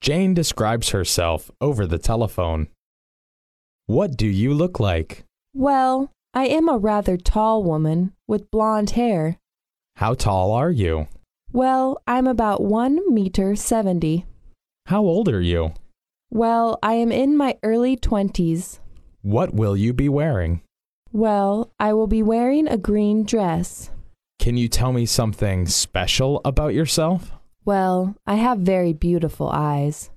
Jane describes herself over the telephone. What do you look like? Well, I am a rather tall woman with blonde hair. How tall are you? Well, I'm about 1 meter 70. How old are you? Well, I am in my early 20s. What will you be wearing? Well, I will be wearing a green dress. Can you tell me something special about yourself? Well, I have very beautiful eyes.